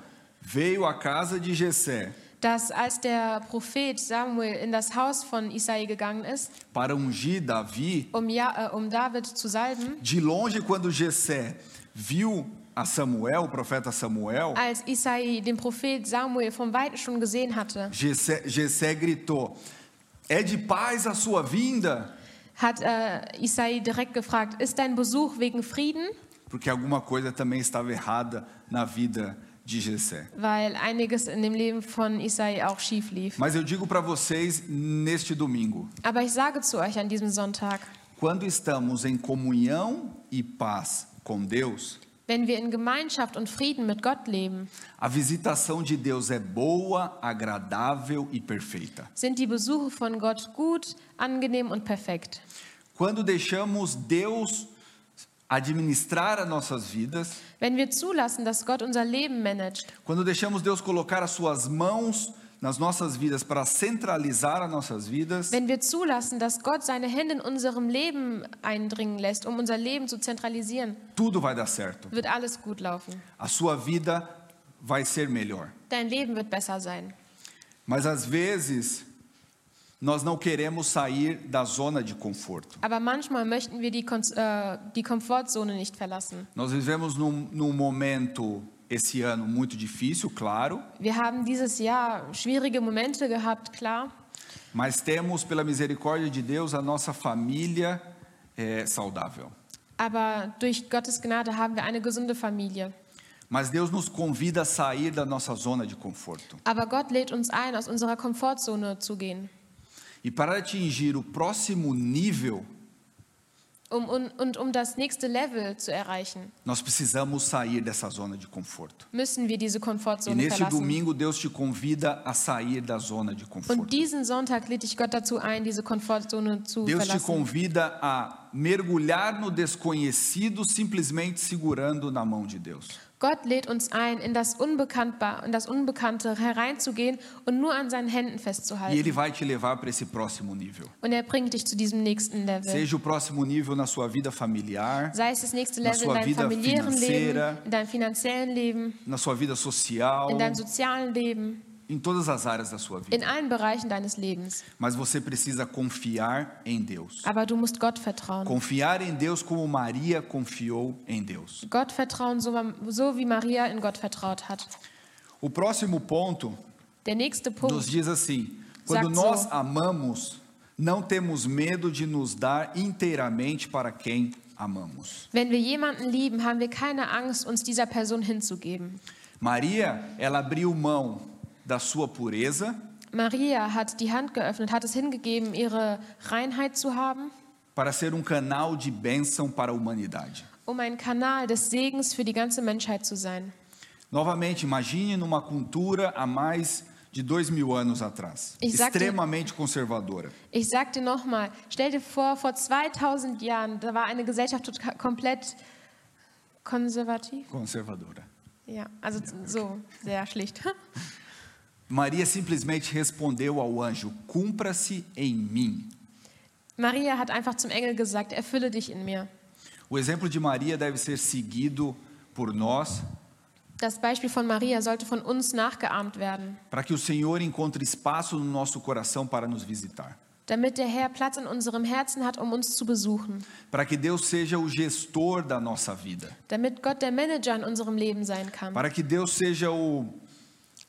[SPEAKER 1] veio à casa de Jessé
[SPEAKER 2] dass als der Prophet Samuel in das Haus von Isai gegangen ist,
[SPEAKER 1] para ungir Davi,
[SPEAKER 2] um, ja, äh, um David zu salben,
[SPEAKER 1] De longe, quando Jessé viu a Samuel, o profeta Samuel,
[SPEAKER 2] als Isai den Prophet Samuel vom Weiten schon gesehen hatte,
[SPEAKER 1] Jessé, Jessé gritou: É de paz a sua vinda?
[SPEAKER 2] hat äh, Isai direkt gefragt, ist dein Besuch wegen Frieden?
[SPEAKER 1] Porque alguma coisa também estava errada na vida de Jessé.
[SPEAKER 2] Weil einiges in dem Leben von Isai auch schief lief.
[SPEAKER 1] Mas eu digo para vocês neste domingo:
[SPEAKER 2] Aber ich sage zu euch an diesem Sonntag,
[SPEAKER 1] quando estamos em comunhão e paz com Deus,
[SPEAKER 2] wenn wir in Gemeinschaft und Frieden mit Gott leben,
[SPEAKER 1] a visitação de Deus é boa, agradável e perfeita.
[SPEAKER 2] sind die Besuche von Gott gut, angenehm und perfekt.
[SPEAKER 1] Quando deixamos Deus administrar as nossas vidas,
[SPEAKER 2] Wenn wir zulassen, dass Gott unser Leben managt,
[SPEAKER 1] Quando deixamos Deus colocar as suas mãos nas nossas vidas para centralizar as nossas vidas,
[SPEAKER 2] Wenn wir zulassen, dass Gott seine Hände in unserem Leben eindringen lässt, um unser Leben zu zentralisieren,
[SPEAKER 1] tudo vai dar certo.
[SPEAKER 2] wird alles gut laufen.
[SPEAKER 1] A sua vida vai ser melhor.
[SPEAKER 2] Dein Leben wird besser sein.
[SPEAKER 1] Mas às vezes nós não queremos sair da zona de conforto.
[SPEAKER 2] Aber manchmal möchten wir die, Kon äh, die Komfortzone nicht verlassen.
[SPEAKER 1] Nós vivemos num, num momento esse ano muito difícil, claro,
[SPEAKER 2] Wir haben dieses Jahr schwierige Momente gehabt, klar.
[SPEAKER 1] mas temos pela misericórdia de Deus a nossa família é, saudável.
[SPEAKER 2] Aber durch Gottes Gnade haben wir eine gesunde Familie.
[SPEAKER 1] Mas Deus nos convida a sair da nossa zona de conforto.
[SPEAKER 2] Aber Gott lädt uns ein, aus unserer Komfortzone zu gehen,
[SPEAKER 1] E para atingir o próximo nível,
[SPEAKER 2] um, und, und um das nächste Level zu erreichen.
[SPEAKER 1] nós precisamos sair dessa zona de conforto.
[SPEAKER 2] Müssen wir diese
[SPEAKER 1] E
[SPEAKER 2] Komfortzone
[SPEAKER 1] neste
[SPEAKER 2] verlassen.
[SPEAKER 1] domingo, Deus te convida a sair da zona de
[SPEAKER 2] Und
[SPEAKER 1] conforto.
[SPEAKER 2] diesen Sonntag lädt dich Gott dazu ein, diese Komfortzone zu
[SPEAKER 1] Deus te
[SPEAKER 2] verlassen.
[SPEAKER 1] convida a mergulhar no desconhecido simplesmente segurando na mão de Deus.
[SPEAKER 2] Gott lädt uns ein, in das, Unbekanntba- in das Unbekannte hereinzugehen und nur an seinen Händen
[SPEAKER 1] E
[SPEAKER 2] festzuhalten.
[SPEAKER 1] Ele vai te levar para esse próximo nível.
[SPEAKER 2] Und er bringt dich zu diesem nächsten Level.
[SPEAKER 1] Seja o próximo nível na sua vida familiar,
[SPEAKER 2] Sei es das nächste
[SPEAKER 1] Na
[SPEAKER 2] Level in
[SPEAKER 1] sua
[SPEAKER 2] deinem
[SPEAKER 1] vida
[SPEAKER 2] familiären
[SPEAKER 1] financeira.
[SPEAKER 2] Leben, in deinem finanziellen Leben,
[SPEAKER 1] na sua vida social,
[SPEAKER 2] in deinem sozialen Leben,
[SPEAKER 1] em todas as áreas da sua vida.
[SPEAKER 2] in allen Bereichen deines Lebens.
[SPEAKER 1] Mas você precisa confiar em Deus.
[SPEAKER 2] Aber du musst Gott vertrauen.
[SPEAKER 1] Confiar em Deus como Maria confiou em Deus.
[SPEAKER 2] Gott vertrauen, so, so wie Maria in Gott vertraut hat.
[SPEAKER 1] O próximo ponto
[SPEAKER 2] Der nächste
[SPEAKER 1] nos
[SPEAKER 2] Punkt.
[SPEAKER 1] diz assim: quando
[SPEAKER 2] Sagt
[SPEAKER 1] nós
[SPEAKER 2] so.
[SPEAKER 1] amamos, não temos medo de nos dar inteiramente para quem amamos.
[SPEAKER 2] Wenn wir jemanden lieben, haben wir keine Angst, uns dieser Person hinzugeben.
[SPEAKER 1] Maria, ela abriu mão da sua pureza
[SPEAKER 2] Maria hat die Hand geöffnet, hat es hingegeben, ihre Reinheit zu haben,
[SPEAKER 1] para ser um canal de bênção para a humanidade.
[SPEAKER 2] um ein Kanal des Segens für die ganze Menschheit zu sein.
[SPEAKER 1] Novamente, imagine numa cultura há mais de dois mil anos atrás,
[SPEAKER 2] Exato.
[SPEAKER 1] extremamente conservadora.
[SPEAKER 2] Ich sag dir nochmal, stell dir vor, vor 2000 Jahren, da war eine Gesellschaft tot- komplett konservativ.
[SPEAKER 1] Conservadora.
[SPEAKER 2] Ja, also so, sehr schlicht.
[SPEAKER 1] Maria simplesmente respondeu ao anjo: Cumpra-se em mim.
[SPEAKER 2] Maria hat einfach zum Engel gesagt, erfülle dich in mir.
[SPEAKER 1] O exemplo de Maria deve ser seguido por nós
[SPEAKER 2] Das Beispiel von Maria sollte von uns nachgeahmt werden,
[SPEAKER 1] para que o Senhor encontre espaço no nosso coração para nos visitar.
[SPEAKER 2] damit der Herr Platz in unserem Herzen hat, um uns zu besuchen,
[SPEAKER 1] Para que Deus seja o gestor da nossa vida.
[SPEAKER 2] damit Gott der Manager in unserem Leben sein kann,
[SPEAKER 1] Para que Deus seja o,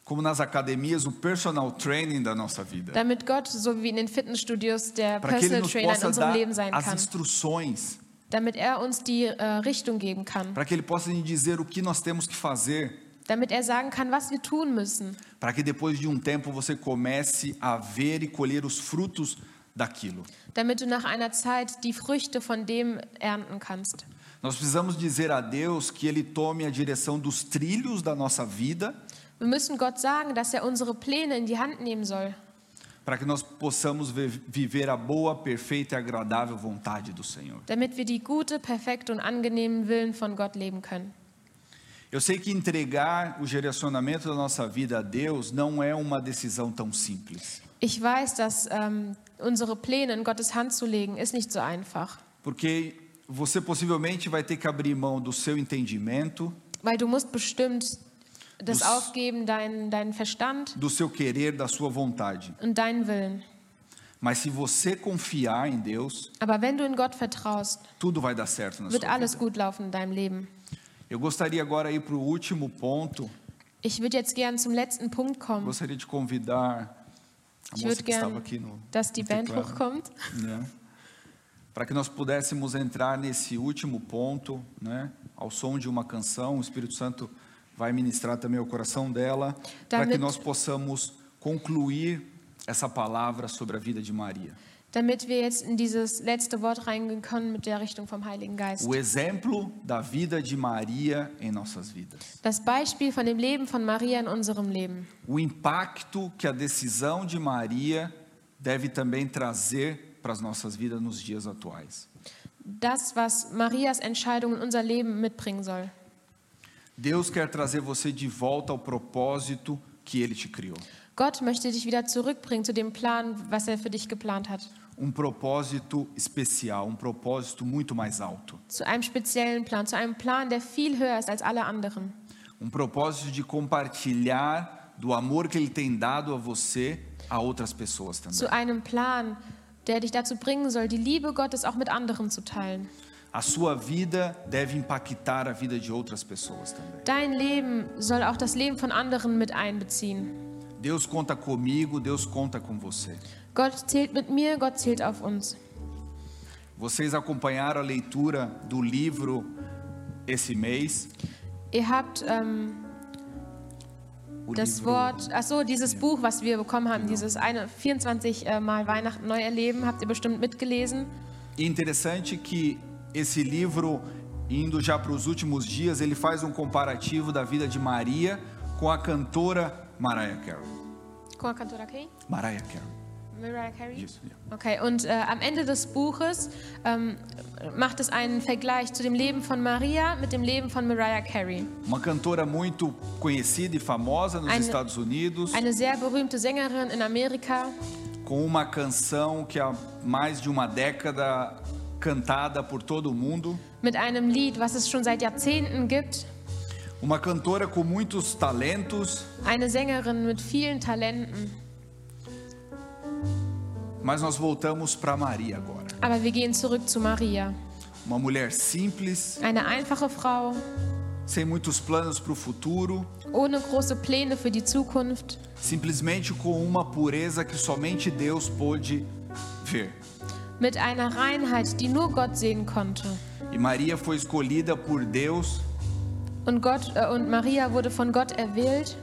[SPEAKER 1] como nas academias, o personal training da nossa vida.
[SPEAKER 2] damit Gott, so wie in den Fitnessstudios, der
[SPEAKER 1] Para que Ele
[SPEAKER 2] Personal
[SPEAKER 1] nos
[SPEAKER 2] Trainer in
[SPEAKER 1] possa
[SPEAKER 2] unserem
[SPEAKER 1] dar
[SPEAKER 2] Leben sein
[SPEAKER 1] as
[SPEAKER 2] kann,
[SPEAKER 1] instruções.
[SPEAKER 2] damit er uns die äh, Richtung geben kann,
[SPEAKER 1] Para que Ele possa nos dizer o que nós temos que fazer.
[SPEAKER 2] damit er sagen kann, was wir tun müssen,
[SPEAKER 1] Para que depois de um tempo você comece a ver e colher os frutos daquilo.
[SPEAKER 2] damit du nach einer Zeit die Früchte von dem ernten kannst.
[SPEAKER 1] Nós precisamos dizer a Deus que Ele tome a direção dos trilhos da nossa vida,
[SPEAKER 2] Wir müssen Gott sagen, dass er unsere Pläne in die Hand nehmen soll,
[SPEAKER 1] para que nós possamos vi- viver a boa, perfeita e agradável vontade do Senhor.
[SPEAKER 2] damit wir die gute, perfekte und angenehmen Willen von Gott leben können.
[SPEAKER 1] Eu sei que entregar o direcionamento da nossa vida a Deus não é uma decisão tão simples,
[SPEAKER 2] Ich weiß, dass ähm, unsere Pläne in Gottes Hand zu legen, ist nicht so einfach,
[SPEAKER 1] porque você possivelmente vai ter que abrir mão do seu entendimento,
[SPEAKER 2] weil du musst bestimmt das
[SPEAKER 1] Das-
[SPEAKER 2] aufgeben, deinen deinen Verstand
[SPEAKER 1] do seu querer, da sua vontade.
[SPEAKER 2] und deinen Willen.
[SPEAKER 1] Mas se você confiar em Deus,
[SPEAKER 2] Aber wenn du in Gott vertraust,
[SPEAKER 1] tudo vai dar certo na
[SPEAKER 2] wird
[SPEAKER 1] sua
[SPEAKER 2] alles
[SPEAKER 1] vida.
[SPEAKER 2] gut laufen in deinem Leben.
[SPEAKER 1] Eu gostaria agora de ir para o último ponto.
[SPEAKER 2] Ich würde jetzt gern zum letzten Punkt kommen,
[SPEAKER 1] Gostaria de convidar a
[SPEAKER 2] Ich
[SPEAKER 1] moça
[SPEAKER 2] würd
[SPEAKER 1] que
[SPEAKER 2] gern-
[SPEAKER 1] estava aqui no,
[SPEAKER 2] dass die
[SPEAKER 1] no
[SPEAKER 2] Band
[SPEAKER 1] teclado,
[SPEAKER 2] hochkommt,
[SPEAKER 1] né? Para que nós pudéssemos entrar nesse último ponto, né? Ao som de uma canção, o Espírito Santo vai ministrar também o coração dela, para que
[SPEAKER 2] Damit-
[SPEAKER 1] nós possamos concluir essa palavra sobre a vida de Maria.
[SPEAKER 2] damit wir jetzt in dieses letzte Wort reingehen können mit der Richtung vom Heiligen Geist.
[SPEAKER 1] O exemplo da vida de Maria em nossas vidas.
[SPEAKER 2] Das Beispiel von dem Leben von Maria in unserem Leben.
[SPEAKER 1] O impacto que a decisão de Maria deve também trazer para as nossas vidas nos dias atuais.
[SPEAKER 2] Das, was Marias Entscheidung in unser Leben mitbringen soll.
[SPEAKER 1] Deus quer trazer você de volta ao propósito que ele te criou.
[SPEAKER 2] Gott möchte dich wieder zurückbringen zu dem Plan, was er für dich geplant hat.
[SPEAKER 1] Um propósito especial, um propósito muito mais alto.
[SPEAKER 2] Zu einem speziellen Plan, zu einem Plan, der viel höher ist als alle anderen.
[SPEAKER 1] Um propósito de compartilhar do amor que ele tem dado a você a outras pessoas também.
[SPEAKER 2] Zu einem Plan, der dich dazu bringen soll, die Liebe Gottes auch mit anderen zu teilen.
[SPEAKER 1] A sua vida deve impactar a vida de outras pessoas também.
[SPEAKER 2] Dein Leben soll auch das Leben von anderen mit einbeziehen.
[SPEAKER 1] Deus conta comigo, Deus conta com você.
[SPEAKER 2] Gott zählt mit mir, Gott zählt auf uns.
[SPEAKER 1] Vocês acompanharam a leitura do livro esse mês.
[SPEAKER 2] Ihr habt ähm,
[SPEAKER 1] O
[SPEAKER 2] Das Wort, ach so, dieses Buch, was wir bekommen haben, dieses eine 24 äh, Mal Weihnachten neu erleben, habt ihr bestimmt mitgelesen.
[SPEAKER 1] E interessante que esse livro, indo já para os últimos dias, ele faz um comparativo da vida de Maria com a cantora Mariah Carey.
[SPEAKER 2] Guck mal, Kantora Kay?
[SPEAKER 1] Mariah Carey.
[SPEAKER 2] Mariah Carey?
[SPEAKER 1] Isso. yeah.
[SPEAKER 2] Okay, und äh, am Ende des Buches ähm, macht es einen Vergleich zu dem Leben von Maria mit dem Leben von Mariah Carey.
[SPEAKER 1] Uma cantora muito conhecida e famosa nos
[SPEAKER 2] Eine-
[SPEAKER 1] Estados Unidos,
[SPEAKER 2] Eine sehr berühmte Sängerin in Amerika
[SPEAKER 1] com uma canção que há mais de uma década cantada por todo mundo,
[SPEAKER 2] mit einem Lied, was es schon seit Jahrzehnten gibt.
[SPEAKER 1] uma cantora com muitos talentos,
[SPEAKER 2] eine Sängerin mit vielen Talenten.
[SPEAKER 1] mas nós voltamos para Maria agora.
[SPEAKER 2] Aber wir gehen zurück zu Maria.
[SPEAKER 1] Uma mulher simples,
[SPEAKER 2] Eine einfache Frau,
[SPEAKER 1] sem muitos planos para o futuro,
[SPEAKER 2] ohne große Pläne für die Zukunft,
[SPEAKER 1] simplesmente com uma pureza que somente Deus pôde ver.
[SPEAKER 2] mit einer Reinheit, die nur Gott sehen konnte.
[SPEAKER 1] E Maria foi escolhida por Deus
[SPEAKER 2] Und, Gott, äh, und Maria wurde von Gott erwählt,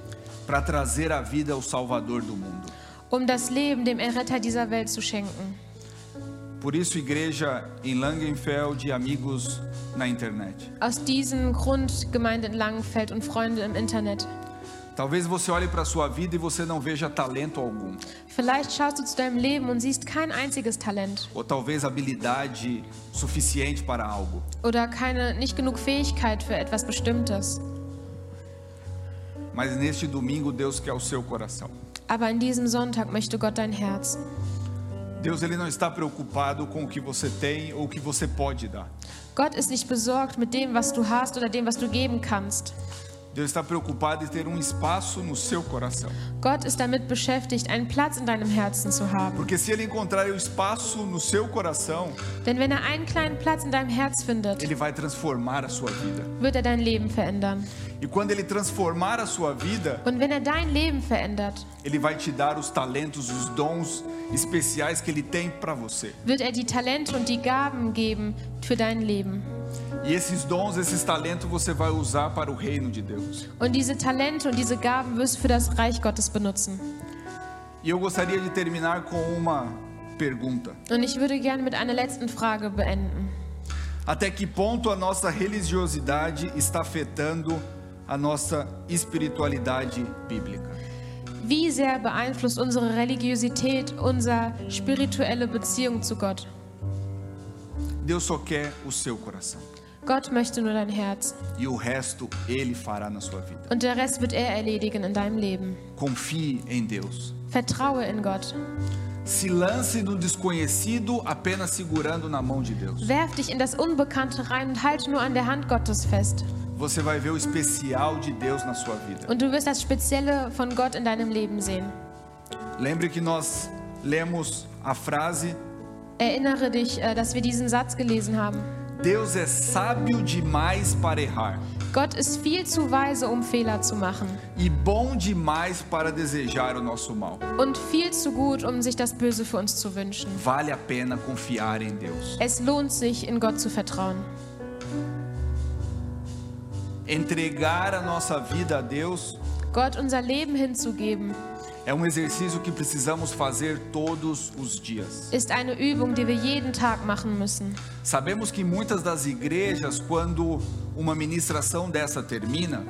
[SPEAKER 1] para trazer à vida o Salvador do mundo.
[SPEAKER 2] um das Leben dem Erretter dieser Welt zu schenken.
[SPEAKER 1] Por isso, igreja em Langenfeld e amigos na internet.
[SPEAKER 2] Aus diesem Grund Gemeinde in Langenfeld und Freunde im Internet.
[SPEAKER 1] Talvez você olhe para a sua vida e você não veja talento algum,
[SPEAKER 2] Vielleicht schaust du zu deinem Leben und siehst kein einziges Talent
[SPEAKER 1] ou talvez habilidade suficiente para algo.
[SPEAKER 2] oder keine, nicht genug Fähigkeit für etwas Bestimmtes.
[SPEAKER 1] Mas neste domingo, Deus quer o seu coração.
[SPEAKER 2] Aber in diesem Sonntag möchte Gott dein Herz.
[SPEAKER 1] Deus ele não está preocupado com o que você tem ou o que você pode dar.
[SPEAKER 2] Gott ist nicht besorgt mit dem, was du hast oder dem, was du geben kannst.
[SPEAKER 1] Deus está preocupado em ter um espaço no seu coração.
[SPEAKER 2] Gott ist damit beschäftigt, einen Platz in deinem Herzen zu haben.
[SPEAKER 1] Porque se ele encontrar o espaço no seu coração,
[SPEAKER 2] Denn wenn er einen kleinen Platz in deinem Herz findet,
[SPEAKER 1] ele vai transformar a sua vida.
[SPEAKER 2] wird er dein Leben verändern.
[SPEAKER 1] E quando ele transformar a sua vida,
[SPEAKER 2] Und wenn er dein Leben verändert,
[SPEAKER 1] ele vai te dar os talentos, os dons especiais que ele tem para você.
[SPEAKER 2] wird er die Talente und die Gaben geben für dein Leben.
[SPEAKER 1] E esses dons, esses talentos você vai usar para o reino de Deus.
[SPEAKER 2] Und diese Talente und diese Gaben wirst du für das Reich Gottes benutzen.
[SPEAKER 1] E eu gostaria de terminar com uma pergunta.
[SPEAKER 2] Und ich würde gerne mit einer letzten Frage beenden.
[SPEAKER 1] Até que ponto a nossa religiosidade está afetando a nossa espiritualidade bíblica?
[SPEAKER 2] Wie sehr beeinflusst unsere Religiosität unsere spirituelle Beziehung zu Gott?
[SPEAKER 1] Deus só quer o seu coração.
[SPEAKER 2] Gott möchte nur dein Herz.
[SPEAKER 1] E o resto ele fará na sua vida.
[SPEAKER 2] Und der Rest wird er erledigen in deinem Leben.
[SPEAKER 1] Confie em Deus.
[SPEAKER 2] Vertraue in Gott.
[SPEAKER 1] Se lance no desconhecido apenas segurando na mão de Deus.
[SPEAKER 2] Werf dich in das Unbekannte rein und halte nur an der Hand Gottes fest.
[SPEAKER 1] Você vai ver o especial de Deus na sua vida.
[SPEAKER 2] Und du wirst das Spezielle von Gott in deinem Leben sehen.
[SPEAKER 1] Lembre que nós lemos a frase:
[SPEAKER 2] Erinnere dich, äh, dass wir diesen Satz gelesen haben.
[SPEAKER 1] Deus é sábio demais para errar
[SPEAKER 2] Gott ist viel zu weise, um Fehler zu machen.
[SPEAKER 1] e bom demais para desejar o nosso mal.
[SPEAKER 2] Und viel zu gut, um sich das Böse für uns zu wünschen.
[SPEAKER 1] Vale a pena confiar em Deus.
[SPEAKER 2] Es lohnt sich, in Gott zu vertrauen.
[SPEAKER 1] Entregar a nossa vida a Deus
[SPEAKER 2] Gott unser Leben hinzugeben,
[SPEAKER 1] é um exercício que precisamos fazer todos os dias.
[SPEAKER 2] ist eine Übung, die wir jeden Tag machen müssen.
[SPEAKER 1] Sabemos que muitas das igrejas, quando uma ministração dessa termina,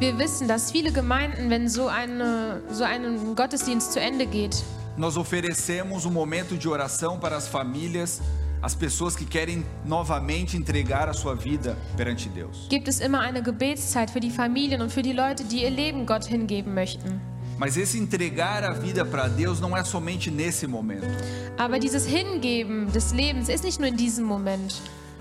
[SPEAKER 2] Wir wissen, dass viele Gemeinden, wenn so, eine, so ein Gottesdienst zu Ende geht,
[SPEAKER 1] nós oferecemos um momento de oração para as famílias, as pessoas que querem novamente entregar a sua vida perante Deus.
[SPEAKER 2] gibt es immer eine Gebetszeit für die Familien und für die Leute, die ihr Leben Gott hingeben möchten.
[SPEAKER 1] Mas esse entregar a vida para Deus não é somente nesse momento.
[SPEAKER 2] Aber dieses Hingeben des Lebens ist nicht nur in diesem Moment.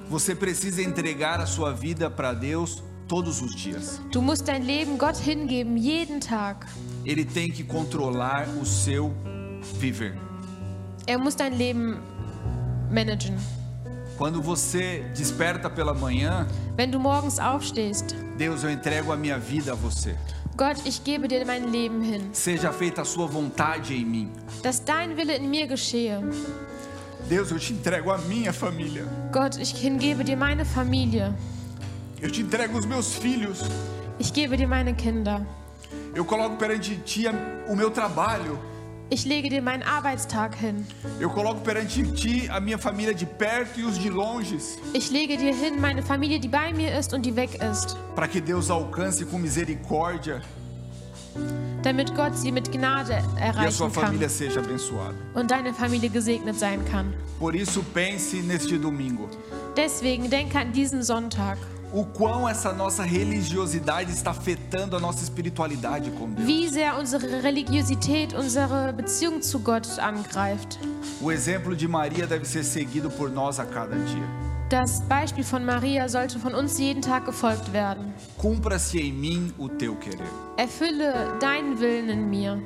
[SPEAKER 1] Você precisa entregar a sua vida para Deus todos os dias.
[SPEAKER 2] Du musst dein Leben Gott hingeben, jeden Tag.
[SPEAKER 1] Ele tem que controlar o seu viver.
[SPEAKER 2] Er muss dein Leben managen.
[SPEAKER 1] Quando você desperta pela manhã,
[SPEAKER 2] Wenn du morgens aufstehst,
[SPEAKER 1] Deus, eu entrego a minha vida a você.
[SPEAKER 2] Gott, ich gebe dir mein Leben hin,
[SPEAKER 1] Seja feita a sua vontade em mim.
[SPEAKER 2] dass dein Wille in mir geschehe.
[SPEAKER 1] Deus, eu te entrego a minha família.
[SPEAKER 2] Gott, ich hingebe dir meine Familie.
[SPEAKER 1] Eu te entrego os meus filhos.
[SPEAKER 2] Ich gebe dir meine Kinder.
[SPEAKER 1] Eu coloco perante ti a- o meu trabalho.
[SPEAKER 2] Ich lege dir meinen Arbeitstag hin.
[SPEAKER 1] Eu coloco perante ti a minha família de perto e os de longe,
[SPEAKER 2] Ich lege dir hin meine Familie, die bei mir ist und die weg ist,
[SPEAKER 1] para que Deus alcance com misericórdia
[SPEAKER 2] damit Gott sie mit Gnade
[SPEAKER 1] e a
[SPEAKER 2] erreichen
[SPEAKER 1] sua
[SPEAKER 2] kann
[SPEAKER 1] família seja abençoada.
[SPEAKER 2] und deine Familie gesegnet sein kann.
[SPEAKER 1] Por isso pense neste domingo.
[SPEAKER 2] Deswegen denke an diesen Sonntag,
[SPEAKER 1] O quão essa nossa religiosidade está afetando a nossa espiritualidade com Deus.
[SPEAKER 2] wie sehr unsere Religiosität unsere Beziehung zu Gott angreift.
[SPEAKER 1] O exemplo de Maria deve ser seguido por nós a cada dia.
[SPEAKER 2] Das Beispiel von Maria sollte von uns jeden Tag gefolgt werden.
[SPEAKER 1] Cumpra-se em mim o teu querer.
[SPEAKER 2] Erfülle deinen Willen in mir.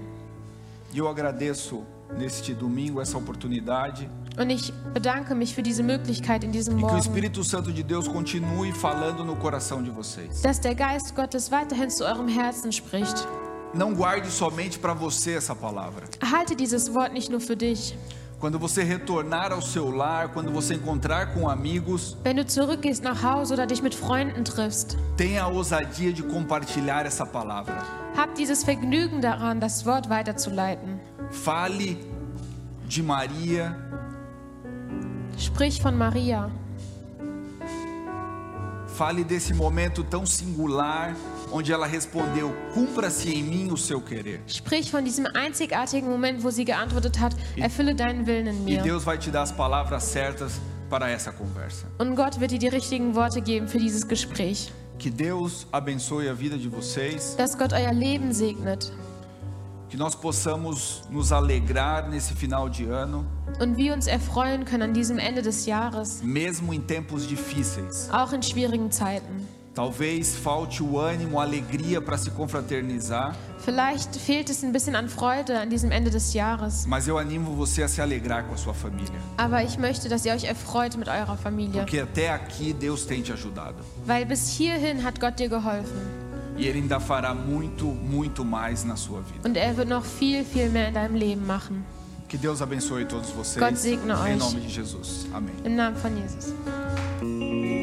[SPEAKER 1] E eu agradeço neste domingo essa oportunidade
[SPEAKER 2] Und ich bedanke mich für diese Möglichkeit in diesem
[SPEAKER 1] e que o
[SPEAKER 2] Morgen,
[SPEAKER 1] Espírito Santo de Deus continue falando no coração de vocês.
[SPEAKER 2] dass der Geist Gottes weiterhin zu eurem Herzen spricht.
[SPEAKER 1] Não guarde somente para você essa palavra.
[SPEAKER 2] Halte dieses Wort nicht nur für dich.
[SPEAKER 1] Quando você retornar ao seu lar, quando você encontrar com amigos,
[SPEAKER 2] Wenn du zurückgehst nach Hause oder dich mit Freunden triffst,
[SPEAKER 1] tenha a ousadia de compartilhar essa palavra.
[SPEAKER 2] hab dieses Vergnügen daran, das Wort weiterzuleiten.
[SPEAKER 1] Fale de Maria,
[SPEAKER 2] Sprich von Maria.
[SPEAKER 1] fale desse momento tão singular onde ela respondeu: "Cumpra-se em mim o seu querer".
[SPEAKER 2] Sprich von diesem einzigartigen Moment, wo sie geantwortet hat, erfülle deinen Willen in
[SPEAKER 1] E
[SPEAKER 2] mir.
[SPEAKER 1] Deus vai te dar as palavras certas para essa conversa.
[SPEAKER 2] Und Gott wird dir die richtigen Worte geben für dieses Gespräch.
[SPEAKER 1] Que Deus abençoe a vida de vocês,
[SPEAKER 2] Dass Gott euer Leben segnet
[SPEAKER 1] que nós possamos nos alegrar nesse final de ano,
[SPEAKER 2] und wir uns erfreuen können an diesem Ende des Jahres,
[SPEAKER 1] mesmo em tempos difíceis.
[SPEAKER 2] auch in schwierigen Zeiten.
[SPEAKER 1] Talvez falte o ânimo, a alegria para se confraternizar,
[SPEAKER 2] Vielleicht fehlt es ein bisschen an Freude an diesem Ende des Jahres,
[SPEAKER 1] mas eu animo você a se alegrar com a sua família,
[SPEAKER 2] aber ich möchte, dass ihr euch erfreut mit eurer Familie,
[SPEAKER 1] porque até aqui Deus tem te ajudado
[SPEAKER 2] weil bis hierhin hat Gott dir geholfen
[SPEAKER 1] e Ele ainda fará muito, muito mais na sua vida.
[SPEAKER 2] und er wird noch viel, viel mehr in deinem Leben machen.
[SPEAKER 1] Que Deus abençoe todos vocês.
[SPEAKER 2] Gott segne
[SPEAKER 1] Em
[SPEAKER 2] euch.
[SPEAKER 1] nome de Jesus. Amém.
[SPEAKER 2] Im Namen von Jesus.